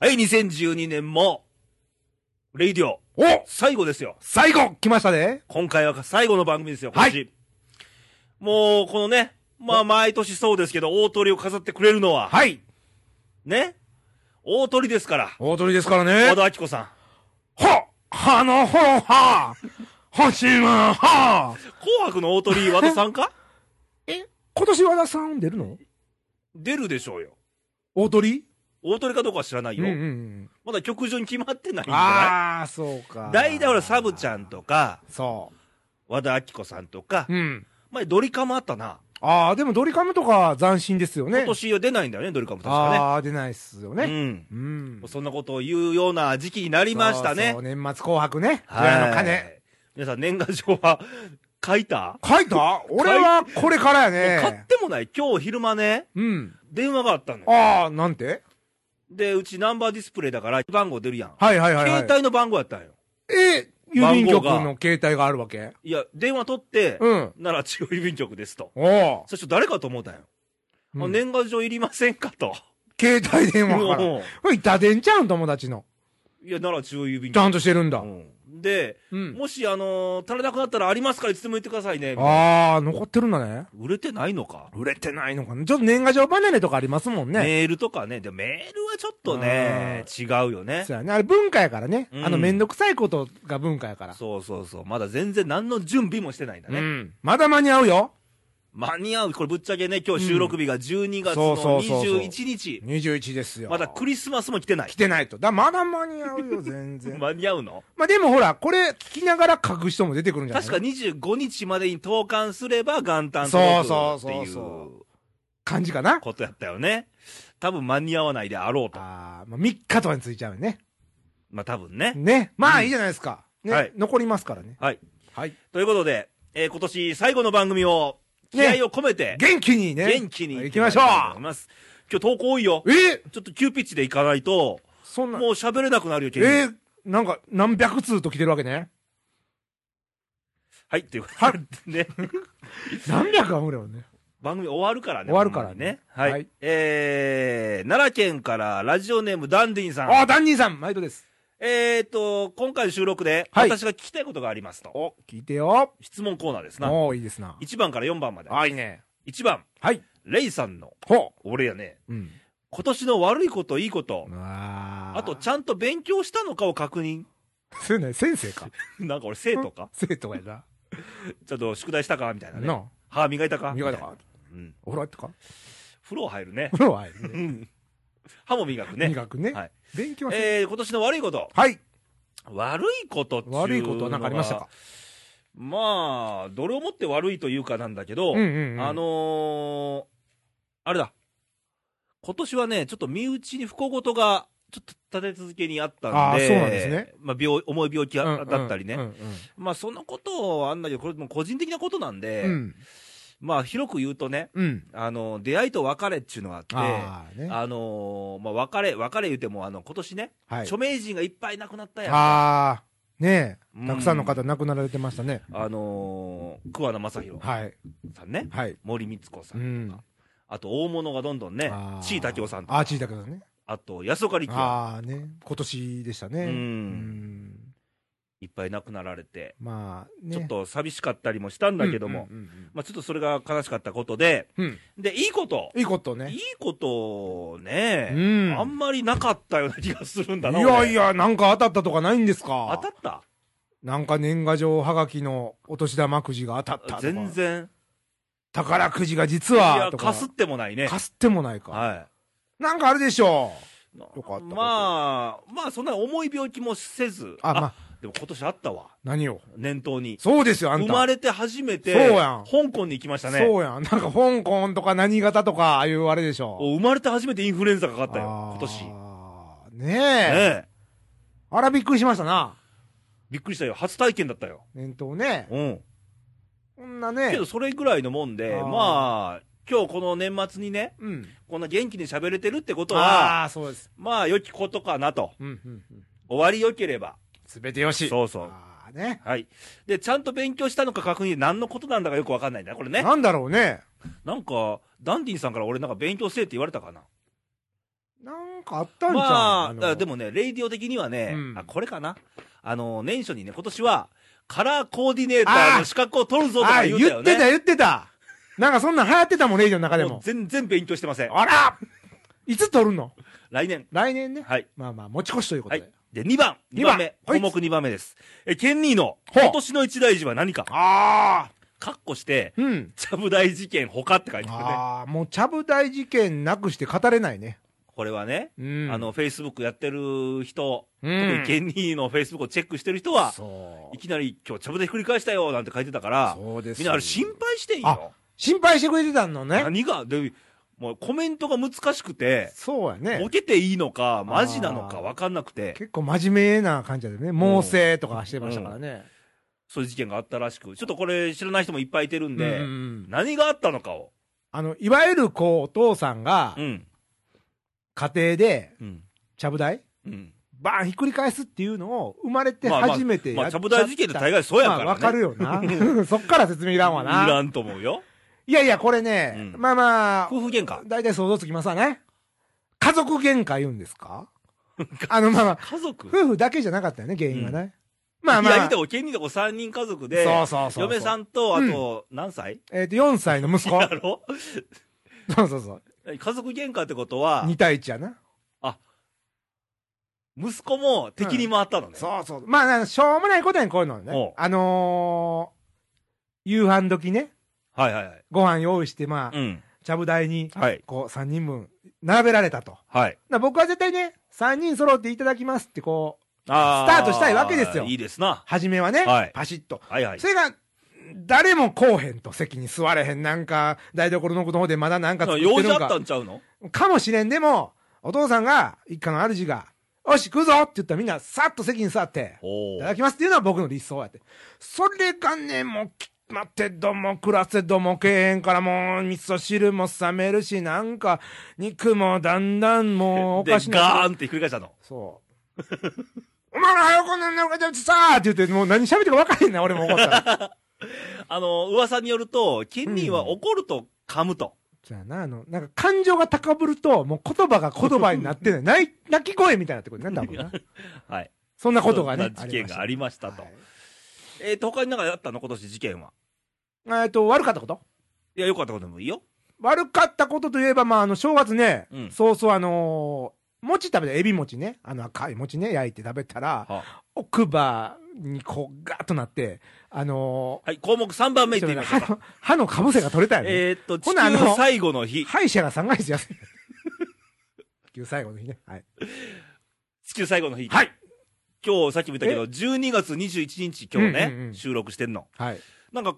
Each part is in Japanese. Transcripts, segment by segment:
はい、2012年も、レイディオ、お最後ですよ。最後来ましたね今回は最後の番組ですよ、今年。はもう、このね、まあ毎年そうですけど、大鳥を飾ってくれるのは、はいね、大鳥ですから、大鳥ですから和ね田明子さん。ほはのほは星はは紅白の大鳥、和田さん かえ今年和田さん出るの出るでしょうよ。大鳥大鳥かどうかは知らないよ。んまだ曲順に決まってないんじゃああそうかない大体ほら、サブちゃんとか、そ和田明子さんとか、ううん前ドリカムあったな。ああでもドリカムとか斬新ですよね今年は出ないんだよね、ドリカム確かああ出ないっすよね。ねうん。うんもうそんなことを言うような時期になりましたね。そうそう年末紅白ねはい裏の鐘皆さん年賀状は書いた、書いた俺はこれからやね買ってもない。今日昼間ね、うん電話があったのよ。ああなんてで、うちナンバーディスプレイだから番号出るやん。はいはいはい、はい、携帯の番号やったんよ。え郵便局番号の携帯があるわけいや、電話取って、うん奈良中央郵便局ですと。おお、そして誰かと思ったんよ。うんあ年賀状いりませんかと。携帯電話からもうこれ板電ちゃうん友達のいや、奈良中央郵便ちゃ局。んとしてるんだうんで、うんもし、あのー足らなくなったらありますからいつでも言ってくださいね。みたいなああ残ってるんだね売れてないのか、売れてないのかなちょっと年賀状離れとかありますもんねメールとかね。でもメールはちょっとね、違うよねそ。うやねあれ文化やからね、うんあのめんどくさいことが文化やからそうそうそう。まだ全然何の準備もしてないんだね。うんまだ間に合うよ間に合う。これぶっちゃけね、今日収録日が12月のそうそうそうそう21日。 21ですよまだクリスマスも来てない来。てないとだまだ間に合う よ全然間に合うのまあでもほらこれ聞きながら書く人も出てくるんじゃない確か25日までに投函すれば元旦そう届そうくそっうていそうう感じかなことやったよね。多分間に合わないであろうと。あー、まあ、3日とかについちゃうよねまあ多分ね。ねまうあんいいじゃないですか、ねはい残りますからねはい。はいということで、えー今年最後の番組を気ね合を込めて、元気にね元気にいきましょ行きます今日投稿多いよう。えちょっと急ピッチで行かないと、そんなもう喋れなくなるよ、君えなんか何百通と来てるわけね はい、ということ でね。何百は無理よね番組終わるからね。終わるからねほんまにはい。はいえー、奈良県からラジオネームダンディンさん。ああダンディさん毎度ですえーと、今回の収録で、はい私が聞きたいことがありますと。お聞いてよ質問コーナーですな。もういいですな1番から4番まで。あいいね1番、はいレイさんの、ほ俺やね、ううん今年の悪いこと、いいこと、ああとちゃんと勉強したのかを確認。 そういうの先生かなんか俺、 生徒か生徒やなちょっと宿題したかみたいなね。な歯磨いたあか見方みたいなかうん。お風呂入ってか風呂入るねお。風呂は入るうねん歯も磨くね。磨くねはい勉強はせ んえー、今年の悪いこと。はい悪いことっていうのが悪いことは何かありましたかまあ、どれをもって悪いというかなんだけど、うんうんうんあのー、あれだ、今年はね、ちょっと身内に不幸事が、ちょっと立て続けにあったんで、あーそうなんですねまあ、病重い病気うんがうんだったりね、うんまあ、そのことはあんだけど、これもう個人的なことなんで、うんまあ、広く言うとね、うんあの出会いと別れっていうのがあって、あああねのーまあ、別れ、別れ言うても、あの今年ね、はい著名人がいっぱい亡くなったやんかああねうんえたくさんの方亡くなられてましたねあのー、桑名正宏はいさんね、はい森光子さ、うんんあと大物がどんどんねあ、ー地位武雄さんとか、あー、ちいたけどね。あと安岡力也、ああね、今年でしたね。うんうんいっぱい亡くなられて、まあね。ちょっと寂しかったりもしたんだけども、うんうんまあ、ちょっとそれが悲しかったことで、うんうんでいいこと、いいことね。いいことうね、ん。あんまりなかったような気がするんだな、いや俺いや、なんか当たったとかないんです当かたったなんか年賀状はがきのお年玉くじが当たったとか。全。然、宝くじが実いはや、とか。かすってもないね。かすってもないか。はなんかあるでしょい、まったことあ、まあ、そんな重い病気もせず、あまあでも今年あったわ、う。何を。念頭に。そうですよ、あんた。生まれて初めて、そうやん香港に行きましたね。そうやん。なんか香港とか何型とか、ああいうあれでしょ。お生まれて初めてインフルエンザかかったよ、あー今年。ねねえ。え。あら、びっくりしましたな。びっくりしたよ。初体験だったよ。年頭ね。うん。こんなね。けど、それぐらいのもんで、あーまあ、今日この年末にね、うん。こんな元気に喋れてるってことは、ああー、そうです。まあ、良きことかなと。うん、うん、うん。終わり良ければ。すべてよし。そうそう。ああね。はい。で、ちゃんと勉強したのか確認、何のことなんだかよくわかんないんだ、これね。なんだろうね。なんか、ダンディンさんから俺なんか勉強せえって言われたかな。なんかあったんじゃん。まのあ、あでもね、レイディオ的にはね、うんあこれかな、あの年初にね、今年はカラーコーディネーターの資格を取るぞとあか言言っうたよてたね、言ってた。なんかそんなん流行ってたもん、レイジオの中でもうも。全然勉強してません、あらいつ撮るの来年、来年ね。はい、まあまあ、持ち越しということはで。い、で2番、二2番番目、はい項目2番目です、えケンニーのほう今年の一大事は何か、ああかっこして、うん。ちゃぶ台事件、他って書いてあるね、ああ、もう、ちゃぶ台事件なくして語れないね。これはね、うん。あ、のフェイスブックやってる人、うん特にケンニーのフェイスブックをチェックしてる人は、そうい。きなり今日ちゃぶ台ひっくり返したよなんて書いてたから、そうですよみんなあれ、心配していいあよ。心配してくれてたのね。何がでもうコメントが難しくて、そうやねボ。ケていいのか、マジなのか分かんなくて、結構真面目な感じだよね。猛省とかしてましたからね。そういう事件があったらしく、ちょっとこれ、知らない人もいっぱいいてるんうんうで、ん。何があったのかを、あの、いわゆる、こう、お父さんがう、ん、家庭で、うん、ちゃぶ台うん、バーンひっくり返すっていうのを生まれてまあまあ初めてやまっあ、ちちゃゃぶぶ台台事件の大概そうやからね、まあ、わかるよ な。そっから説明いらんわいな。らんと思うよ、いやいや、これね、うんまあまあ、夫婦喧嘩大体想像つきますわね。家族喧嘩言うんで すかあの、まあまあ、家族、夫婦だけじゃなかったよね、原因はね。ままああまあ、いや、見ても、ケンニーとこ3人家族で、そうそうそう。嫁さん。んと、あと、何歳えっ、と、4歳の息子だ。ろ そうそうそう。家族喧嘩ってことは、 2対1やな。息子も敵に回ったのね、そうそう。まあまあ、しょうもないことやねこういうのはおねう。あのー、夕飯時ね、はいはいはい、ご飯用意して、まあ、うん、ちゃぶ台に、はい、こう、3人分、並べられたと。はい。だから僕は絶対ね、3人揃っていただきますって、こう、あスタートしたいわけですよいいですな。初めはね、はいパシッと。はいはい。それが、誰もこうへんと、席に座れへん、なんか、台所の方でまだなんか作って用る事あんったか。んちゃうのかもしれんでも、お父さんが、一家の主が、よし、食うぞって言ったらみんな、さっと席に座って、おいおた。だきますっていうのは僕の理想やって。それがね、もう、き待ってども、暮らせども、けえへんから、もう、味噌汁も冷めるし、なんか、肉もだんだんもう、おで、ガかしな。ーンってひっくり返したの。そう。お前ら早くなんなちゃさーって言って、もう何喋ってるか分からへんな、俺も怒った ら。あの、噂によると、ケンニーは怒ると噛むと。じゃあな、あの、なんか感情が高ぶると、もう言葉が言葉になってない。泣い 泣き声みたいなってことね、多分な。はい。そんなことがねそん、な事件がありましたと。はいえっと、他に何かあったの今年事件は。えっと、悪かったこといや、よかったことでもいいよ。悪かったことといえば、まあ、あの、正月ね、うんそうそう、あのー餅食べた、エビ餅ね、あの赤い餅ね、焼いて食べたら、は奥歯にこう、ガーッとなって、あのい。項目3番目いーってみましょう歯か。の歯のかぶせが取れたよね。えっと、地 ほなあの球最後の日。歯医者が3ヶ月休み。地球最後の日ね。はい。地球最後の日。はい。今日、さっきも言ったけど、12月21日、今日うんうんうねん、収録してんの。はい。なんか、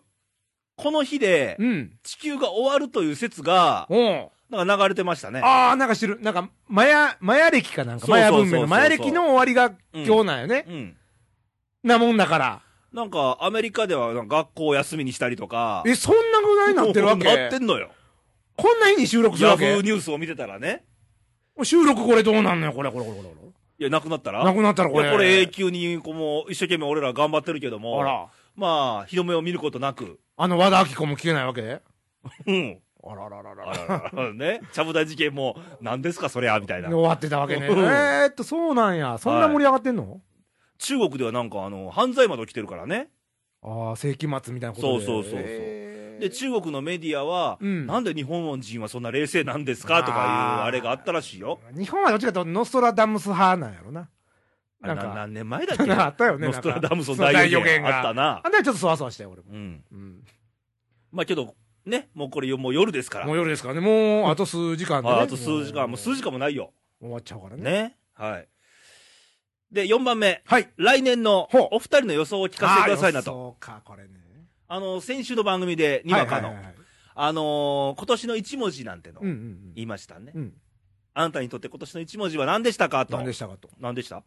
この日で、うん。地球が終わるという説が、おうなんか流れてましたね。ああ、なんか知る。なんか、マヤ、マヤ歴かなんか、そうマそうヤそうそう文明の。マヤ歴の終わりが今日なんよね。うん。なもんだから。なんか、アメリカではなんか学校を休みにしたりとか。え、そんなぐらいになってるわけなってんのよ。こんな日に収録するヤわフけーニュースを見てたらね。収録これどうなんのよ、これ、これ、これ、これ。こいや、なくなったら。れなくなったらこいれ。やこれ永久に、こうもう一生懸命俺ら頑張ってるけども。あら。まあ、日の目を見ることなく。あの、和田アキ子も聞けないわけあうん。ららららあら。らららね。ちゃぶ台事件も、何ですかそりゃ、みたいな終。わってたわけね。えうんーっと、そうなんや。そんな盛り上がってんの中国ではなんか、あの、犯罪まで起きてるからね。ああ、世紀末みたいなことで。そうそうそうそうえーで、中国のメディアは、うんなんで日本人はそんな冷静なんですかとかいうあーあれがあったらしいよ。日本はどっちかというとノストラダムス派なんやろな。あなれんなか、何年前だっけあったよね。ノストラなんかダムスのその大予大予言言ががあったな。あんたちょっとそわそわしたよ、俺も。うん。うんまあけど、ね、もうこれよもう夜ですから。もう夜ですからね。もう、あと数時間でね。ああと数時間、もう数時間もないよ。終わっちゃうからね。ね。はい。で、4番目。はい。来年のほうお二人の予想を聞かせてくださいなあーと。そうか、これね。あの、先週の番組で、にわかはいのはい、はいはいあのー、今年の一文字なんてのうん、うん言いましたねう。ん。うん。あなたにとって今年の一文字は何でしたかと何。でしたかと。何でした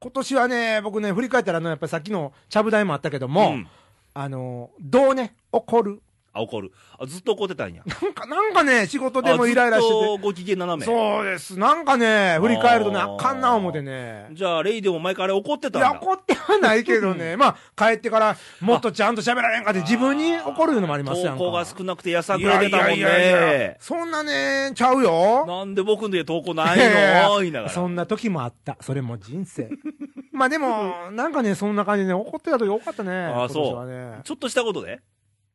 今年はね、僕ね、振り返ったら、あの、やっぱりさっきのちゃぶ台もあったけども、うんあの、どうね、怒る、あ、怒る。あ、ずっと怒ってたんや。なんか、なんかね、仕事でもイライラあしずてっとご機嫌斜て。め。そうです。なんかね、振り返るとね、ああーかんな思ってね。じゃあ、レイでも前から怒っていたんだ。や、怒ってはないけどね。まあ、帰ってから、もっとちゃんと喋られんかって自分に怒るのもありますやんか。投稿が少なくてやさいぐやれいやてたもんね。いやいやそんなね、ちゃうよ。なんで僕の家投稿ないいやいの や言いながら。そんな時もあった。それも人生。 まあでも、なんかね、そんな感じでね怒ってた時多かったね。あーそう今年はね。ちょっとしたことで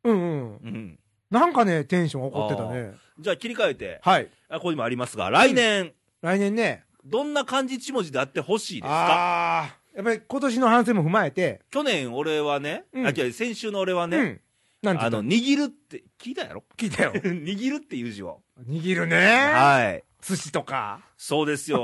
うんうん。うん。なんかね、テンション怒ってたね。じゃあ切り替えて、はい。あ、ここにもありますが、来年、来年ね。どんな漢字一文字であってほしいですかああ。やっぱり今年の反省も踏まえて。去年俺はね、うんあ、違う、先週の俺はうね、ん。なんて言あったの、握るって、聞いたやろ聞い たよ握るっていう字を。握るね。はい。寿司とか。そうです ねよ。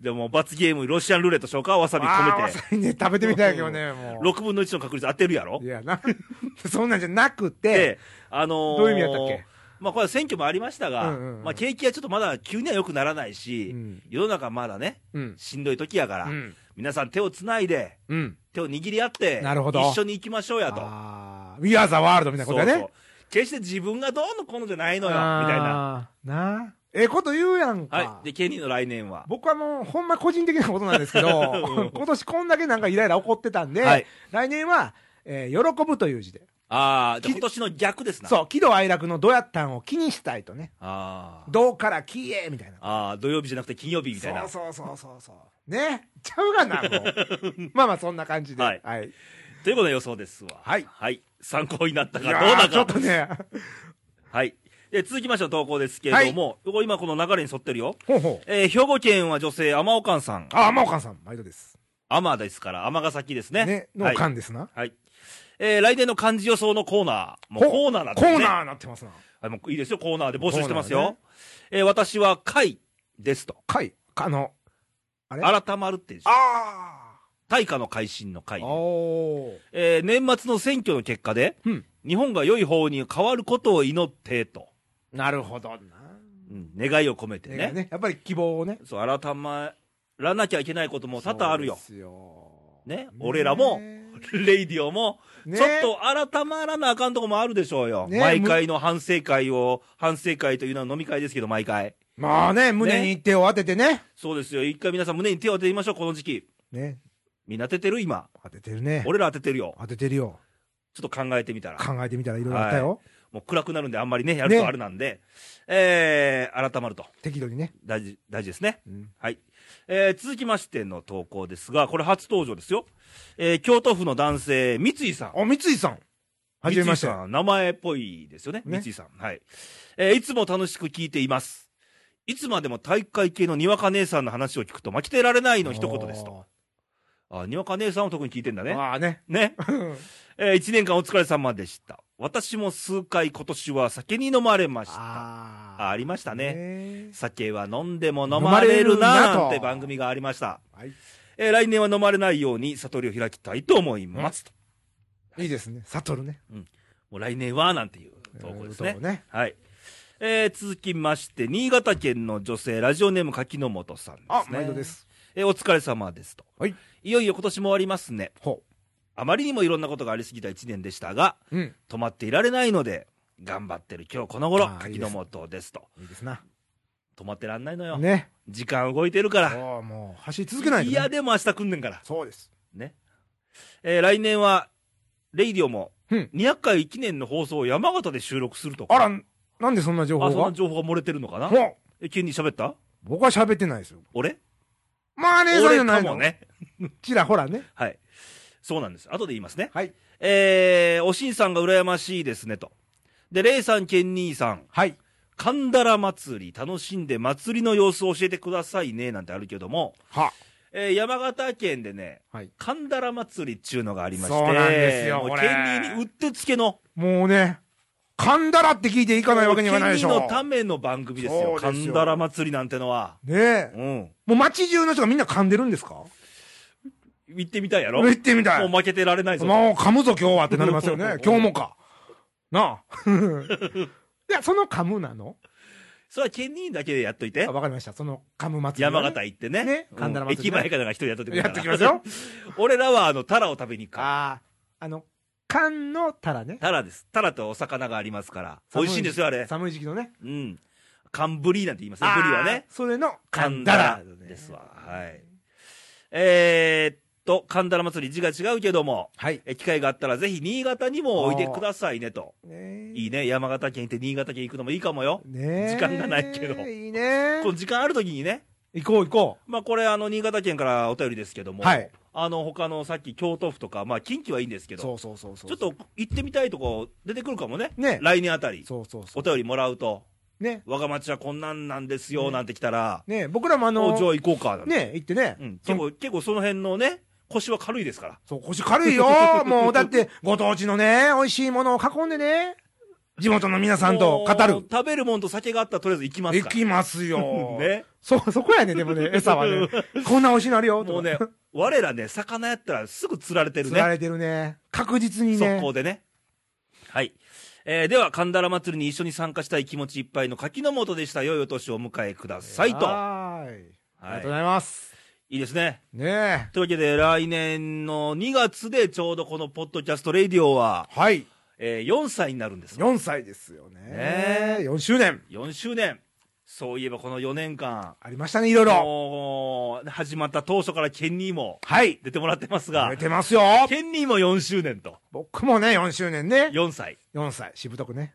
でも、罰ゲーム、ロシアンルーレット紹介わさびあー込まめて、さにね、食べてみたいけどね、も6分の1の確率当てるやろう。いや、な、 そんなんじゃなくて、で、あのーどういう意味やったっけまあ、これは選挙もありましたが、うんうんうんまあ、景気はちょっとまだ急には良くならないし、うん世の中まだね、うん。しんどい時やから、うん。皆さん手をつないで、うん。手を握り合って、なるほど一緒に行きましょうやと。あー We are the world みたいなことそうだね。そう。決して自分がどうのこうのじゃないのよ、みあーたいな。。なあ。ええこと言うやんか。はい。で、ケニーの来年は。僕はもう、ほんま個人的なことなんですけ うどん、今年こんだけなんかイライラ起こってたんで、はい来年は、えー喜ぶという字で。ああ、じゃあ今年の逆ですな。う。そう、喜怒哀楽のどやったんを気にしたいとね。あーどうから喜へ、みたいな。あー、土曜日じゃなくて金曜日みたいな。そうそうそうそうそう。ね。ちゃうがな、も う。まあまあ、そんな感じで。ははいい。ということで予想ですわ。はい参考になったいかどやうーだちょっか。とね。はい。で、続きましての投稿ですけれども、ここ今この流れに沿ってるよ。ほうほう。えー兵庫県は女性、天岡さん。あ、天岡さん、毎度です。天ですから、尼崎ですね。ね。はのい。勘ですな。はい。えー来年の漢字予想のコーナー。もうほコーナーなんコですね。ーナーなってますな。ーもういいですよ、コーナーで募集してますコーナよ。ーねえー私は、会ですと。かい。あの、あれ改まるっていう字、あ大化の改新の会あ。。おー。えー年末の選挙の結果で、うん日本が良い方に変わることを祈って、と。なるほどな。うん願いを込めてね。ね。やっぱり希望をね。そう、改まらなきゃいけないことも多々あるよそう。ですよね俺らもレイディオも、ねちょっと改まらなあかんとこもあるでしょうよ。ね毎回の反省会を、反省会というのは飲み会ですけど、毎回。まあね、胸に手を当ててね。そうですよ。一回皆さん胸に手を当ててみましょう、この時期。ね。みんな当ててる今。当ててるね。俺ら当ててるよ。当ててるよ。ちょっと考えてみたら。考えてみたらいろいろあったよ。もう暗くなるんで、あんまりね、やるとねあれなんで。えー、改まると。適度にね。大事、大事ですね。うんはい。えー、続きましての投稿ですが、これ初登場ですよ。えー、京都府の男性、三井さん。あ、三井さん。はじめまして三井。さん、名前っぽいですよね。ね三井さん。はい。えーいつも楽しく聞いています。いつまでも体育会系のにわか姉さんの話を聞くと、負けてられないの一言ですと。あ、にわか姉さんを特に聞いてんだね。ああね。 ね。えー、一年間お疲れ様でした。私も数回今年は酒に飲まれました。ああありましたねね。酒は飲んでも飲まれるな飲まれるなとなんて番組がありました。はい。えー来年は飲まれないように悟りを開きたいと思います。といいですね。サトルね。もう来年はなんていう投稿ですねそう。ね。はい。えー続きまして、新潟県の女性、ラジオネーム柿の本さんです、ね。あ、毎度で。す。えーお疲れ様ですと。はい。いよいよ今年も終わりますね。ほあまりにもいろんなことがありすぎた1年でしたが、う。うん。止まっていられないので、頑張ってる今日この頃、あーい柿いでのす本ですと。いいですな。止まってらんないのよ。ね。時間動いてるから。ああ、もう、走り続けないといねや、でも明日来んねんから。そうです。ね。えー来年は、レイディオも、うん200回記念の放送を山形で収録するとか。あら、なんでそんな情報あ、そんがな情報が漏れてるのかなもう、え、急に喋った僕は喋ってないですよ。俺まあ、ね、それ俺じゃなかいもの。ね。ちらほらね。はい。そうなんです。後で言いますね。はい。えー、おしんさんが羨ましいですね、と。で、れいさん、けんにーさん、はい。神田ら祭り、楽しんで祭りの様子を教えてくださいね、なんてあるけども、は。えー、山形県でね、はい。神田ら祭りっちゅうのがありまして、そうなんですよもうこけれんにーにうってつけの、もうね、噛んだらって聞いていかないわけにはいかないでしもうょ県。民のための番組ですよ。そうです神よ田ら祭りなんてのは。ねえ。うん。もう街中の人がみんな噛んでるんですか行ってみたいやろ行ってみたい。もう負けてられないぞ。。もう噛むぞ今日はってなりますよね今日もか。 なあ。いや、その噛むなのそれは県民だけでやっといてあ。わかりました。その噛む祭り、山形。行ってね。ねうん神田の祭り駅前かなんか一人雇ってくれやたっらてきますよ。 俺らは、あの、タラを食べに行くから。ああ。あの、缶のタラね。タラです。タラとお魚がありますから。美味しいんですよ、あれ。寒い時期のね。うん。寒ブリーなんて言いますね。ブリはね。あー。それの寒缶ダタララ。ですわ。はい。えー、っと、神田ら祭り字が違うけども、はい。え機会があったらぜひ新潟にもおいでくださいねと。ねいいね。山形県行って新潟県行くのもいいかもよ。ね時間がないけどいいねこの時間ある時にね。行こう行こまあこれあの新潟県からお便りですけどう。も、はい。あの他のさっき京都府とか、まあ近畿はいいんですけど、そうそうそうそう。ちょっと行ってみたいとこ出てくるかもね。ね来年あたり。そうそうそお便りもらうと、う。ね。我が町はこんなんなんですよ、ねなんて来たら、ね僕らもあおのじゃ、あ行こうか、なんて。ね行ってねう。ん結その構、結構その辺のね、腰は軽いですから。そう、腰軽いよ もう、だって、ご当地のね、美味しいものを囲んでね、地元の皆さんと語もうる。食べるもんと酒があったらとりあえず行きます行から。。きますよ ね。そ、そこやね、でもね、餌はね。こんな美味しいのあるよ、とかもうね、我らね、魚やったらすぐ釣られてる釣らね。れてるね。確実に速ね。攻でね。はい。えーでは、神田ら祭りに一緒に参加したい気持ちいっぱいの柿の本でした。良いお年をお迎えくださいと。ははーい。ありがとうごい。ざいます。いいですね。ねえ。というわけで、来年の2月でちょうどこのポッドキャストレディオは、はい。えー4歳になるんですよ。 4歳ですよね。ねえ4周年。 4周年。そういえばこの4年間、ありましたね、いろいろ。もう、始まった当初からケンニーもはい。出てもらってます売がれ、てますよ。ケンニーも4周年と、僕もね、4周年ね。 4歳。 4歳、しぶとくね。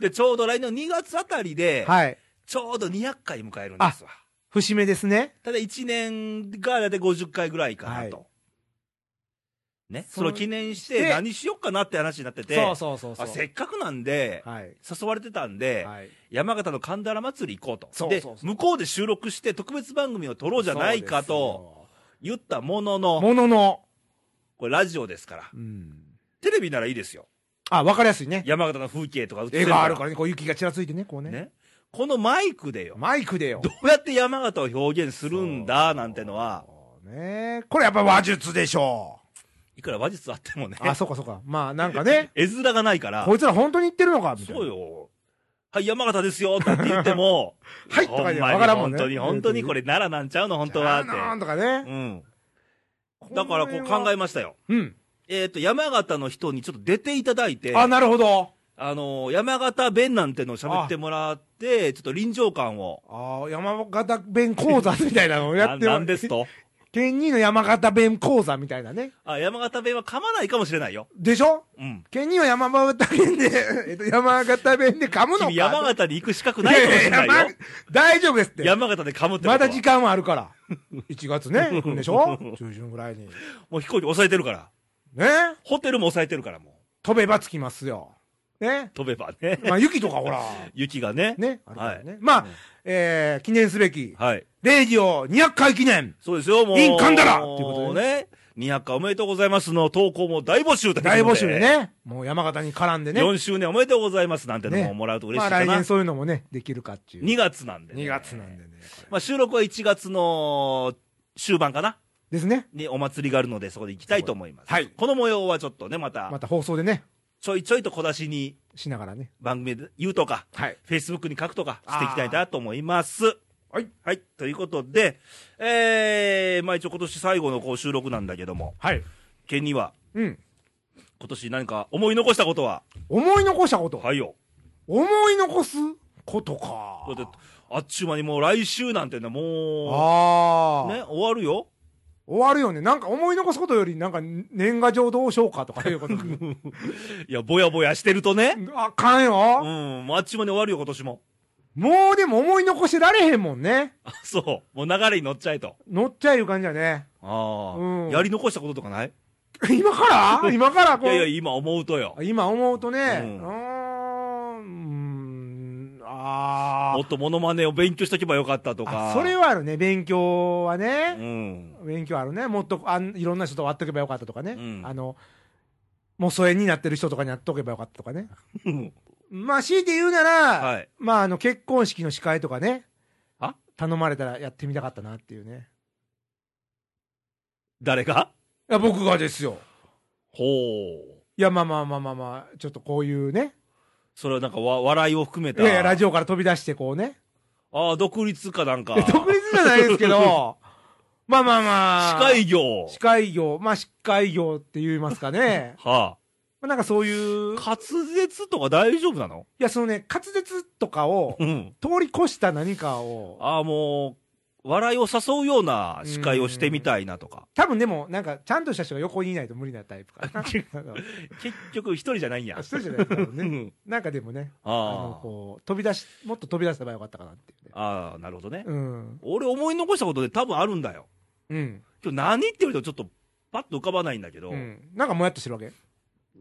で、ちょうど来年の2月あたりで、はい。ちょうど200回迎えるんですわ。節目ですね。ただ1年がだいたい50回ぐらいかなと。はね、そそれを記念してで何しよっかなって話になってて、そうそうそうそう。あせっかくなんで、はい。誘われてたんで、はい。山形の神田ら祭り行こうとそうでそうそう向こうで収録して特別番組を撮ろうじゃないかと言ったものそうですよ。のものの。これラジオですからうん。テレビならいいですよあ、わかりやすいね。山形の風景とか映って絵るがあるからね、こう雪がちらついてね、こうらね。ねこのマイクでよマイクでよど。うやって山形を表現するんだなんてのはそうねこれやっぱ話術でしょいくら話術あってもね、う。あ、そうかそうか。まあなんかね絵面がないからこいつら本当に言ってるのかみたいな。そうよはい山形ですよって言っても はいほんまにとかねわからんもん本ね当に本当にこれ奈良なんちゃうの本当はっじゃあなんてとかね。うんだからこう考えましたようん。えっ、と、山形の人にちょっと出ていただいて、あ、あなるほど。のー、山形弁なんてのを喋ってもらって、ちょっと臨場感を。ああ、山形弁講座みたいなのをや なってるなんですと県人の山形弁講座みたいなね。あ、山形弁は噛まないかもしれないよ。でしょうん。県人は山形弁で、 えっと、山形弁で噛むのか。君山形に行く資格ないかもしれないよ。やや山大丈夫ですって。山形で噛むってことはまだ時間はあ るから。1月ね、行くんでしょ中旬ぐらいに。もう飛行機抑えてるから。ねホテルも抑えてるから、も飛べば着きますよ。ねう。飛べばね。まあ、雪とかほら、雪がね。ね、あるからね。はいまあ、うんえー、記念すべき、はい。レイディオ200回記念、そうですよ、もう。インカンダラもっていうことでね。200回おめでとうございますの投稿も大募集ということで大募集で。ね、もう山形に絡んでね、 4周年おめでとうございますなんてのねももらうと嬉ましあいかな。来年そういうのもね、できるかっていう。 2月なんで、ね。 2月なんでね。まあ、収録は1月の終盤かなですね。にお祭りがあるので、そこで行きたいと思います。はいこの模様はちょっとね、またま、た放送でね、ちょいちょいと小出しにしながらね。番組で言うとか、はい。 Facebook に書くとかしていきたいなと思います。はい。はい。ということで、えー、まあ一応今年最後のこう収録なんだけども、はい。県にはうん。今年何か思い残したことは、思い残したこと。はいよ。思い残すことか。だって、あっちゅう間にもう来週なんてね、もあう、あ、ね、終わるよ。終わるよね。なんか思い残すことより、なんか年賀状どうしようかとかい うこと。いや、ぼやぼやしてるとね、あかんうよ、ん、もうあっちゅう間に終わるよ、今年も。もうでも思い残してられへんもんね。あそう。もう流れに乗っちゃえと。乗っちゃいる感じだね。ああ、うんやり残したこととかない今から今から いこう。やいや、今思うとよ。今思うとね、ううんーん、うーんあもーっとモノマネを勉強しとけばよかったとか。あ。それはあるね、勉強はうね。ん。勉強あるね。もっとあんいろんな人と会っとけばよかったとかね。うんあの、もう疎遠になってる人とかに会っとけばよかったとかね。まあ、強いて言うなら、はいまあ、あの、結婚式の司会とかね。あ頼まれたらやってみたかったなっていうね。誰がいや、僕がですよ。ほう。いや、まあまあまあまあまあ、ちょっとこういうね。それはなんかわ笑いを含めいた。やいや、ラジオから飛び出してこうね。ああ、独立かなんか。いや独立じゃないですけ ど、まあまあまあ。司会業。 。司会業、まあ、司会業って言いますかねはまあなんかそういう、い滑舌とか大丈夫なのや、そのね、滑舌とかを、うん。通り越した何かを、ああ、もう、笑いを誘うような司会をしてみたいなとか。多分でも、なんか、ちゃんとした人が横にいないと無理なタイプかな。あ結局、一人じゃないんや。そうじゃないですからうね。ん。なんかでもね、あのあーこう飛び出し、もっと飛び出せばよかったかなっていうね。あー、なるほどね。うん。俺思い残したことで多分あるんだよ。うん。今日何って言われてもちょっと、パッと浮かばないんだけど、うんなんかもやっとしてるわけ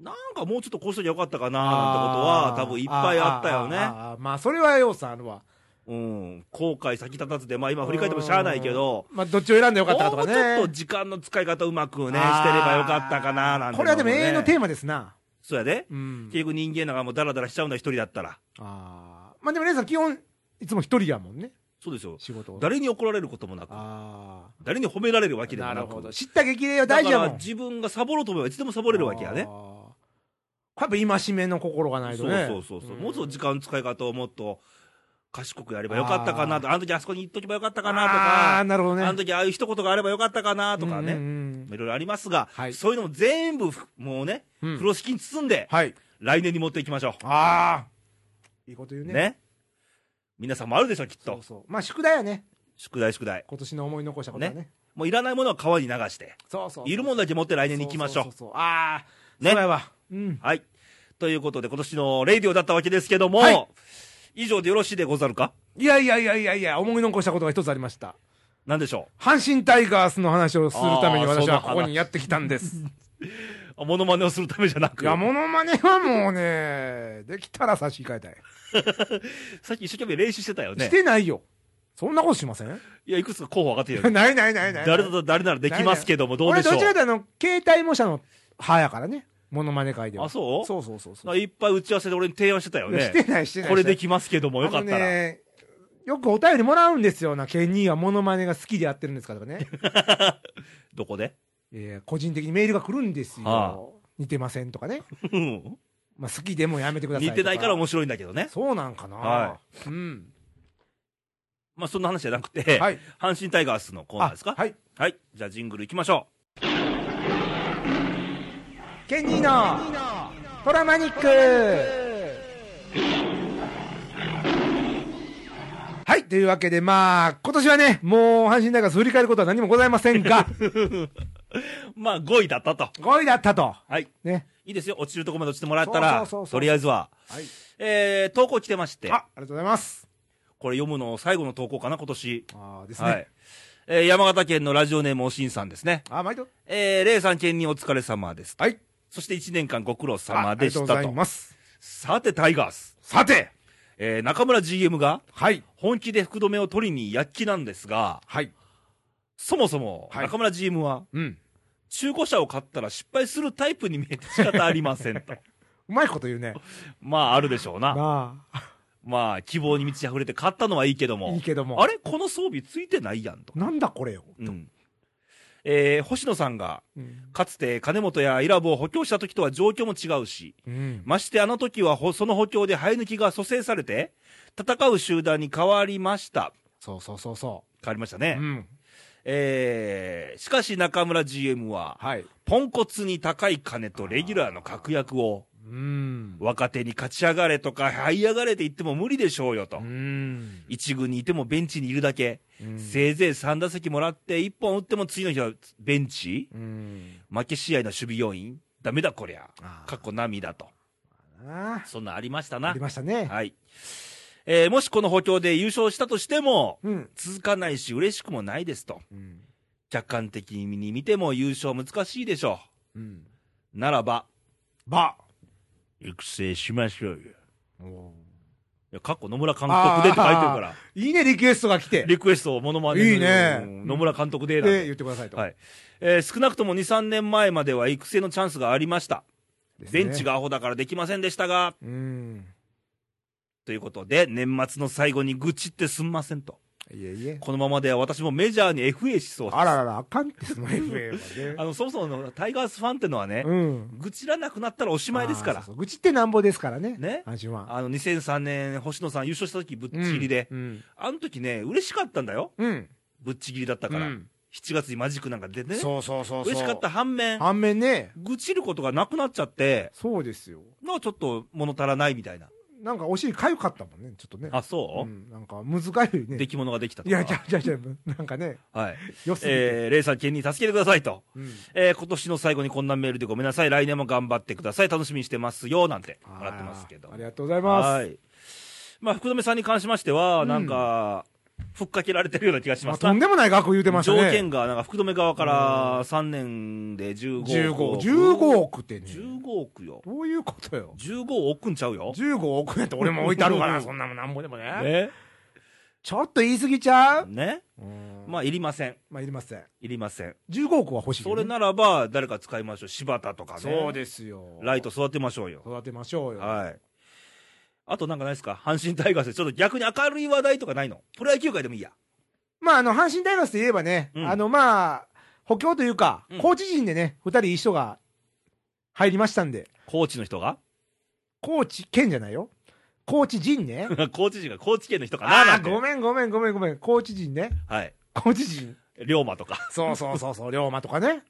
なんかもうちょっとこうしときゃよかったかなーなんてことは、多分いっぱいあったよあーあね。ーあーまあ、それは要素あるわ。うん。後悔先立たずで、まあ今振り返ってもしゃあないけど、まあ、どっちを選んでよかったかとかもね。うちょっと時間の使い方うまくね、してればよかったかなーなんて、これはでも永遠のーテマ。ーマですな。そうやで。うん。結局人間なんかもうダラダラしちゃうんだ、一人だったら。ああ。まあでも、姉さん、基本、いつも一人やもんね。そうですよ。仕事を。誰に怒られることもなく、ああ。誰に褒められるわけでもななく。るほど。知った激励は大事やだもかん。ら自分がサボろうと思えばいつでもサボれるわけやあーね。これやっぱ戒めの心がないとそうね。そうそうそう。んもうちょっと時間の使い方をもっと賢くやればよかったかなと、あの時あそこに行っとけばよかったかなとああ、か、なるほどあ,、ね。の時ああいう一言があればよかったかなとかね。うんうんいろいろありますが、はいそういうのも全部ふ、もうね、うんうん風呂敷に包んで、はい。来年に持っていきましょああ。いいこと言うう。ね。ね。皆さんもあるでしょ、きっと。そうそう。まあ、宿題やね。宿題、宿題。今年の思い残したことはね。もういらないものは川に流して、そうそうそういるものだけ持って来年に行きましょうそ。そそそうああ。ねそうやわ。うん。はい。ということで、今年のレイディオだったわけですけども、はい以上でよろしいでござるかいやいやいやいやいや、思い残したことが一つありました。何でしょ阪神タイガースの話をするためにあー私はその話ここにやってきたんです。うあモノマネをするためじゃなくい、や、モノマネはもう ね、できたら差し控えたい。さっき一生懸命練習してたよしね。てないよ。そんなことしませんいや、いくつか候補上がっ てるよ。ないないないない。誰だと誰ならできますけども、どうでしょ俺どちらう。かというとあの、携帯模写の派やからね。モノマネ界では。あ、そうそうそうそうそういっぱい打ち合わせで俺に提案してたよいやしねて。ないしてない。これでききますけども、よかったら。ね、よくお便りもらうんですよな、ケニーはモノマネが好きでやってるんですかと かね。どこでいや個人的にメールが来るんですよ。ああ似てませんとかね。うんまあ、好きでもやめてください似とてないから面白いんだけどね。そうなんかな、はうん。まあ、そんな話じゃなくて、はい。阪神タイガースのコーナーですかあはい。はい。じゃあ、ジングル行きましょケニーのトラマニックはい。というわけで、まあ、今年はね、もう、阪神大会振り返ることは何もございませ んが、う。まあ、5位だったと。 5位だったと。はい。ね。いいですよ。落ちるとこまで落ちてもらったら、そうそうそうそうとりあえずは。はい。えー、投稿来てましてあ、、ありがとうございます。これ読むの最後の投稿かな、今年。ああ、ですね。はい。えー、山形県のラジオネームおしんさんですね。あ、毎度。えー、レイさん県にお疲れ様です。はい。そして1年間ご苦労あ様ありでがとしうごたざと。います。さて、タイガース。さて、えー、中村 GM がはい。本気で福留を取りに躍起なんですが、はい。そもそもはい中村 GM はうん。中古車を買ったら失敗するタイプに見えて仕方ありません と。うまいこと言うね。まあ、あるでしょうな。なあ。まあ、希望に満ち溢れて買ったのはいいけども。いいけども。あれこの装備ついてないやんと。なんだこれよ。うんえー星野さんが、うん。かつて金本やイラブを補強した時とは状況も違うし、うん。ましてあの時はほその補強で生え抜きが蘇生されて、戦う集団に変わりました。そうそうそうそ変わりましたう。ね。ん。えーしかし中村 GM は、はい。ポンコツに高い金とレギュラーの確約を、うん。若手に勝ち上がれとか、這い上がれて言っても無理でしょうよと。うん。一軍にいてもベンチにいるだけ、うんせいぜい3打席もらって、1本打っても次の日はベンチ、うん。負け試合の守備要員、ダメだこりゃ、あーかっこ涙と、あそんなんありましたあ。あなり。ましたね。はいえーもしこの補強で優勝したとしても、うん。続かないし、嬉しくもないですと、うん。客観的に見ても優勝は難しいでしょうん。う。ならば、ば。育成しましょうよ。いいや、かっこ野村監督でって書いてるから、いね、リクエストが来て。リクエストをモノマネのいいねうん野村監督でなんてで、言ってくださいと。はいえー少なくとも2、3年前までは育成のチャンスがありました。ですねベンチ。がアホだからできませんでしたが、うん。ということで、年末の最後に愚痴ってすんませんと。いえいえ。このままでは私もメジャーに FA しそうです。あららら、あかんって、その FA は あね。の、そもそものタイガースファンってのはね、うん。愚痴らなくなったらおしまいですかあーらそう。そう愚痴ってなんぼですからね。ね阪神は。あの、2003年、星野さん優勝した時ぶっちぎりで、うん。あの時ね、嬉しかったんだよ。うん。ぶっちぎりだったから。うん7月にマジックなんか出てね。そうそうそうそう。嬉しかった反面、反面ね。愚痴ることがなくなっちゃって、そうですよ。なんかちょっと物足らないみたいな。なんかお尻かゆかったもんね、ちょっとね。あ、そうう、ん、なんか難しいね。出来物ができたといか。や、じゃあじゃあじゃあなんかね、はい。良すぎて。えー、レイさん、県に助けてくださいと。うんえー、今年の最後にこんなメールでごめんなさい。来年も頑張ってください。楽しみにしてますよ。なんて、もらってますけど。あーありがとうございまはい。まあ、福留さんに関しましては、うんなんか、ふっかけられてるような気がす。しままあ、す。とんでもない額言うてました条ね。件が、なんか福留側かうら3年で15億。 15。15億ってね。 15億よ。どういうことよ。 15億んちゃうよ。 15億円って俺も置いてあるから、 そんなもんなんぼでもねね。ちょっと言い過ぎちゃうね。まあ、まあ、いりません。まあ、いりません。いりません。 15億は欲しいよそね、れならば、誰か使いましょう。柴田とかね。そうですよ。ライト育てましょうよ。育てましょうよ。はい。あとなんかないですか阪神タイガースで、ちょっと逆に明るい話題とかないのプロ野球界でもいいや。まあ、あの、阪神タイガースで言えばね、うんあの、まあ、補強というか、うんコーチ陣でね、二人いい人が入りましたんで、高知の人が コーチ県じゃないよ。コーチ陣ね。高知人が高知県の人かなあなあんー、て。ごめんごめんごめんごめん。コーチ陣ね。はい。コーチ陣。龍馬とか。そうそうそうそう、龍馬とか ね。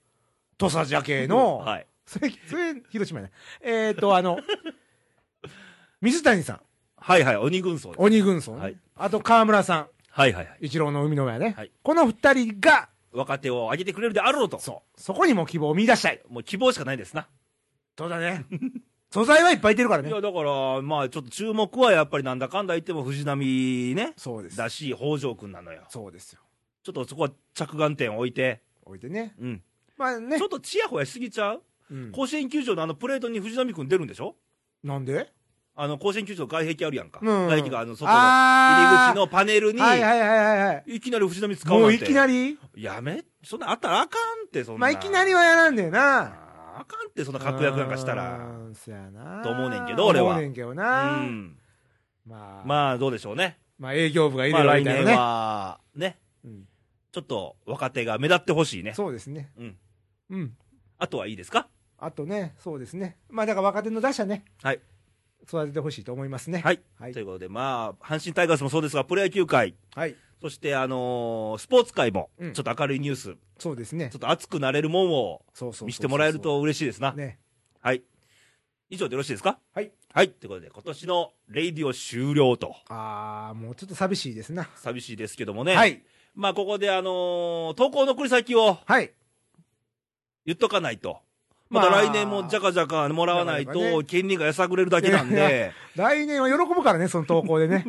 土佐ジャ系の、はい。それ、それ、広島やね。えっ、ー、と、あの、 水谷さん、はいはい、鬼軍曹。鬼軍曹ね、はいあと川村さん、はいはいはい。一郎の海の親ね。はいこの二人が、若手を上げてくれるであろうと。そう、そこにも希望を見出したい。もう希望しかないですな。そうだ ね。素材はいっぱいいてるからいね。や、だから、まあちょっと注目はやっぱりなんだかんだ言っても藤波ね、そうです。だし、北条くんなのよ。そうですよ。ちょっとそこは着眼点を置いて、置いてね。うん。まあねちょ。っとちやほやしすぎちゃううん甲子園球場のあのプレートに藤波くん出るんでしょなんであの、甲子園球場外壁あるやんか。うんうん外壁があの、外の入りあ口のパネルーに、はいいはいはいはいはい。きなり藤波使うもなんうて。いきなりやめ、そんなあったらあかんって、そんな。まあいきなりは嫌なんだよな。あーあかんって、そんな確約なんかしたうら。ーんそやな。と思うねんけど俺は思うねんけどうな。ん。まあ、まあ、まあ、どうでしょうね。営業部がいまあ、るわ来けだ年よね。は、ね、うんちょっと若手が目立ってほしいね。そうですね。うん。うん。あとはいいですかあとね、そうですね。まあだから若手の打者ね。はい。育ててほしいと思いますね。はい。はいということで、まあ、阪神タイガースもそうですが、プロ野球界、はい。そして、あのースポーツ界もうん、ちょっと明るいニュース、そうですねちょ。っと熱くなれるもんをそうそうそうそう見せてもらえる。と嬉しいですな。ね。はい。以上でよろしいですかはい。はい。ということで、今年のレイディオ終了と。あー、もうちょっと寂しいですな。寂しいですけどもね。はい。まあ、ここで、あのー投稿の送り先をはい。言っとかないと。またまあ来年もじゃかじゃかもらわないなかなかと、ね権利がやさぐれるだけなんいやい で、来年は喜ぶからね、その投稿でね。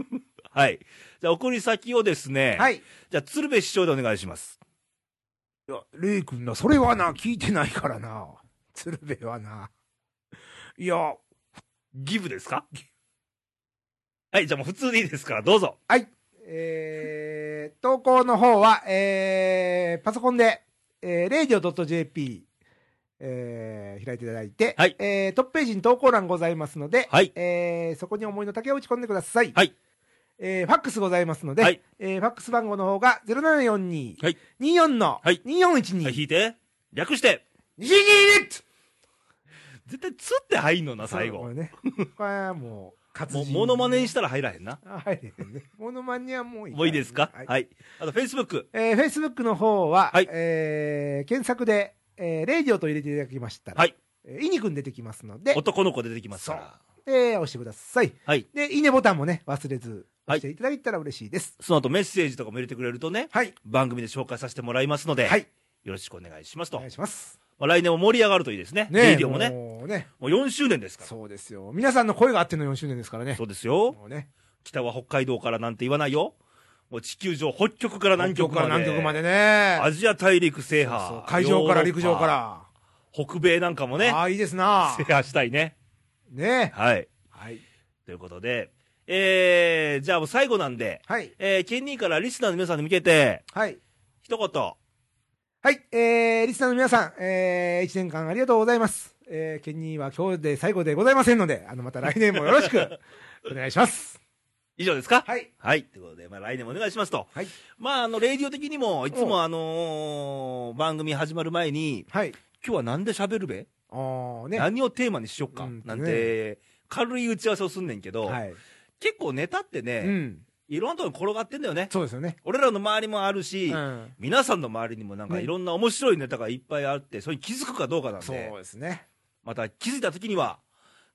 はい。じゃあ、送り先をです ね、はい。じゃあ、鶴瓶師匠でお願いします。いや、レイ君な、それはな、聞いてないからな。 鶴瓶はな。いや、ギブですかはい、じゃあもう普通でいいですから、どうぞ。えー、投稿の方は、えー、パソコンで、えー、radio.jp、えー、開いていただいて、はいえー、トップページに投稿欄ございますので、はいえー、そこに思いの丈を打ち込んでください。はいえー、ファックスございますので、はいえー、ファックス番号の方が0742、はい24の、はい2412、はい、引いて、略して、西に絶対つって入んのな、最こ後れ。ね。これはもう、活もう、字モノマネにしたら入らへんな。あはい。 モノマネはもういい。もういいですかはいはい。あと、Facebook。えー、Facebook の方は、はいえー検索で、えー、レイディオと入れていただきましたら、はい。えー、いにくん出てきますので、男の子出てきますから。えー押してください。はい。で、いいねボタンもね、忘れず、は押いしていただいたら嬉しいです。その後メッセージとかも入れてくれるとね、はい。番組で紹介させてもらいますので、はい。よろしくお願いしますおと。願いします。まあ、来年も盛り上がるといいですね。レイディオもね。もうね。もう4周年ですから。そそうですよ。皆さんの声があっての4周年ですからね。うですよ。もうね。北は北海道からなんて言わないよ。もう地球上、北極から南極まで。南極までね。アジア大陸制覇。そうそう海上ヨーからロ陸ッパ上から。北米なんかもねあ、あ、いいですな 制。覇したいね。ね。はい。はい。ということで、えー、じゃあもう最後なんで、はい。えー、ケンニーからリスナーの皆さんに向けて、はい。一言、はい、えー、リスナーの皆さん、えー、一年間ありがとうございます。えー、ケニーは今日で最後でございませんので、あの、また来年もよろ しくお願いします。以上ですかはい。はい。ということで、まあ来年もお願いしますと。はい。まあ、あの、レイディオ的にも、いつうもあのー番組始まる前に、はい。今日はなんで喋るべあーね。何をテーマにしよっか、うんなんて、軽い打ち合わせをすんねんけど、はい。結構ネタってね、うん。いろんなとこに転がってんだよね。そうですよね。俺らの周りもあるし、うん皆さんの周りにもなんかねいろんな面白いネタがいっぱいあって、それに気づくかどうかなんそうで、ですね。また気づいた時には、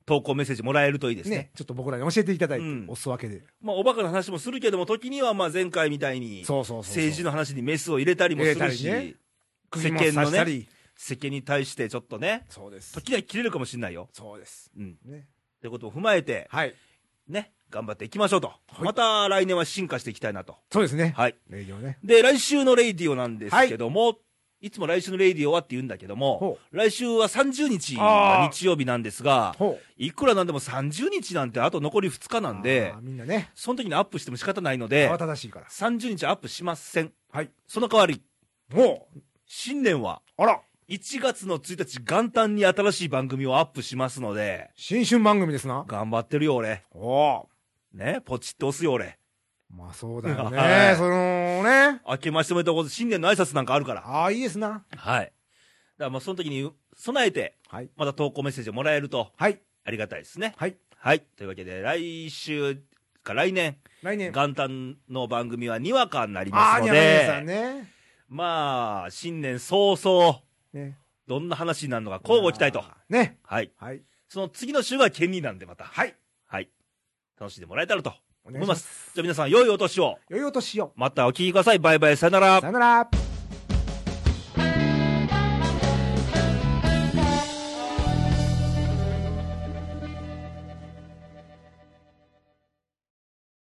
投稿メッセージもらえるといいですね。ね、ちょっと僕らに教えていただいて、うんおすわけで。まあ、おバカな話もするけども、時にはまあ前回みたいに、そうそうそうそう。政治の話にメスを入れたりもするし、入れたりね世世間間ののね、ね。世間に対してちょっとね、そうです。時には切れるかもしれないよ。そうです。うん。ね。ということを踏まえて、はい。ね、頑張っていきましょうと。いまた来年は進化していきたいなと。そうですね。はい。営業ね。で、来週のレイディオなんですけども、い、つも来週のレイディオはって言うんだけどもほ、来週は30日あがー日曜日なんですが、ほいくらなんでも30日なんてあと残り2日う。なんであー、みんなね、その時にアップしても仕方ないので慌、ただしいから。 30日アップしません。はい。その代わり、もう、新年はあら、 1月の1日元旦に新しい番組をアップしますので、新春番組ですな。頑張ってるよ俺。おおね、ポチって押すよ俺。ー。まあそうだよ ね。はいそのね。明けましておめでとうございます。新年の挨拶なんかあるから。ああ、いいですな。はい。だからまあその時に備えて、はい。また投稿メッセージをもらえるとはい。ありがたいですね。はい。はい。というわけで、来週か来年、来年。元旦の番組はにわかになりあまあ、すにのゃらさんで、ね。まあ、新年早々、ね。どんな話になるのか交互期待と。あー。ね。はい。はい。その次の週が権利なんでまた。はい。はい。楽しんでもらえたらとお思願いいしま。ますす。じゃあ皆さん、良いお年を。良いお年を。またお聞きください。バイバイ、さよならさ。よなら。